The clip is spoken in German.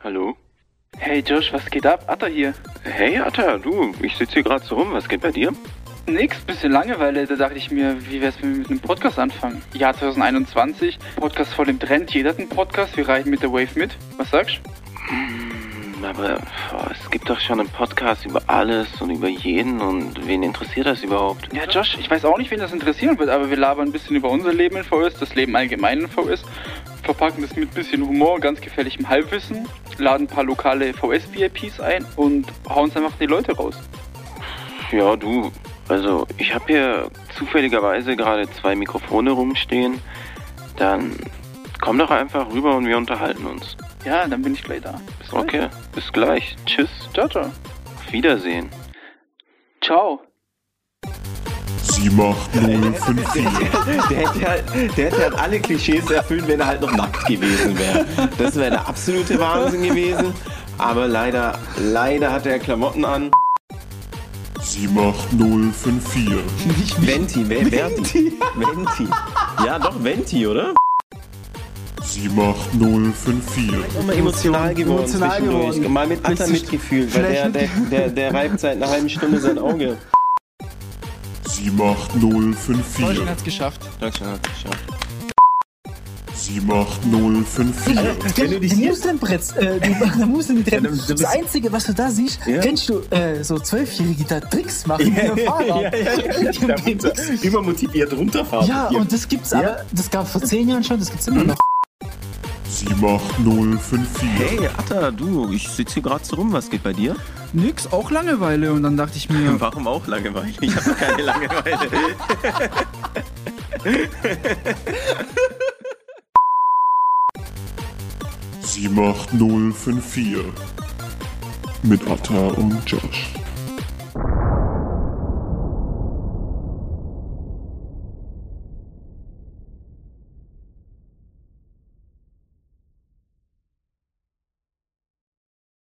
Hallo? Hey Josh, was geht ab? Atta hier. Hey Atta, du, ich sitze hier gerade so rum, was geht bei dir? Nix, bisschen Langeweile. Da dachte ich mir, wie wär's, wenn wir mit einem Podcast anfangen? Jahr 2021, Podcast voll im Trend. Jeder hat einen Podcast, wir reiten mit der Wave mit. Was sagst Hm, aber boah, es gibt doch schon einen Podcast über alles und über jeden und wen interessiert das überhaupt? Ja, Josh, ich weiß auch nicht, wen das interessieren wird, aber wir labern ein bisschen über unser Leben in VS, das Leben allgemein in VS, verpacken das mit ein bisschen Humor, ganz gefährlichem Halbwissen, laden ein paar lokale VS-VIPs ein und hauen einfach die Leute raus. Ja, du, also ich habe hier zufälligerweise gerade zwei Mikrofone rumstehen. Dann komm doch einfach rüber und wir unterhalten uns. Ja, dann bin ich gleich da. Bis gleich. Okay, bis gleich. Tschüss, Ciao, ciao. auf Wiedersehen. Ciao. Sie macht 054. Der hätte, halt, der hätte halt alle Klischees erfüllt, wenn er halt noch nackt gewesen wäre. Das wäre der absolute Wahnsinn gewesen. Aber leider, leider hat er Klamotten an. Sie macht 054. Venti, wer, Venti. Venti. Ja, doch, Venti, oder? Sie macht 054. Immer emotional geworden. emotional zwischendurch. geworden. Mal mit Alter Richtig. mitgefühlt, weil der, Vielleicht der, der, der reibt seit einer halben Stunde sein Auge. Sie macht 054. Deutschland hat's geschafft. Deutschland hat es geschafft. Sie macht 054. Wenn du dich in Jerusalem bretzt, äh, du, da musst du nicht rennen. dann- dann das bist- Einzige, was du da siehst, Ja. kennst du äh, so Zwölfjährige da Tricks machen mit ihrem Fahrrad. Da muss er immer motiviert runterfahren. Ja, Hier. und das gibt's Ja. aber, das gab vor zehn Jahren schon, das gibt's immer noch. Sie macht 054. Hey, Atta, du, ich sitze hier gerade so rum. Was geht bei dir? Nix, auch Langeweile. Und dann dachte ich mir, Warum auch Langeweile? Ich habe keine Langeweile. Sie macht 054. Mit Atta und Josh.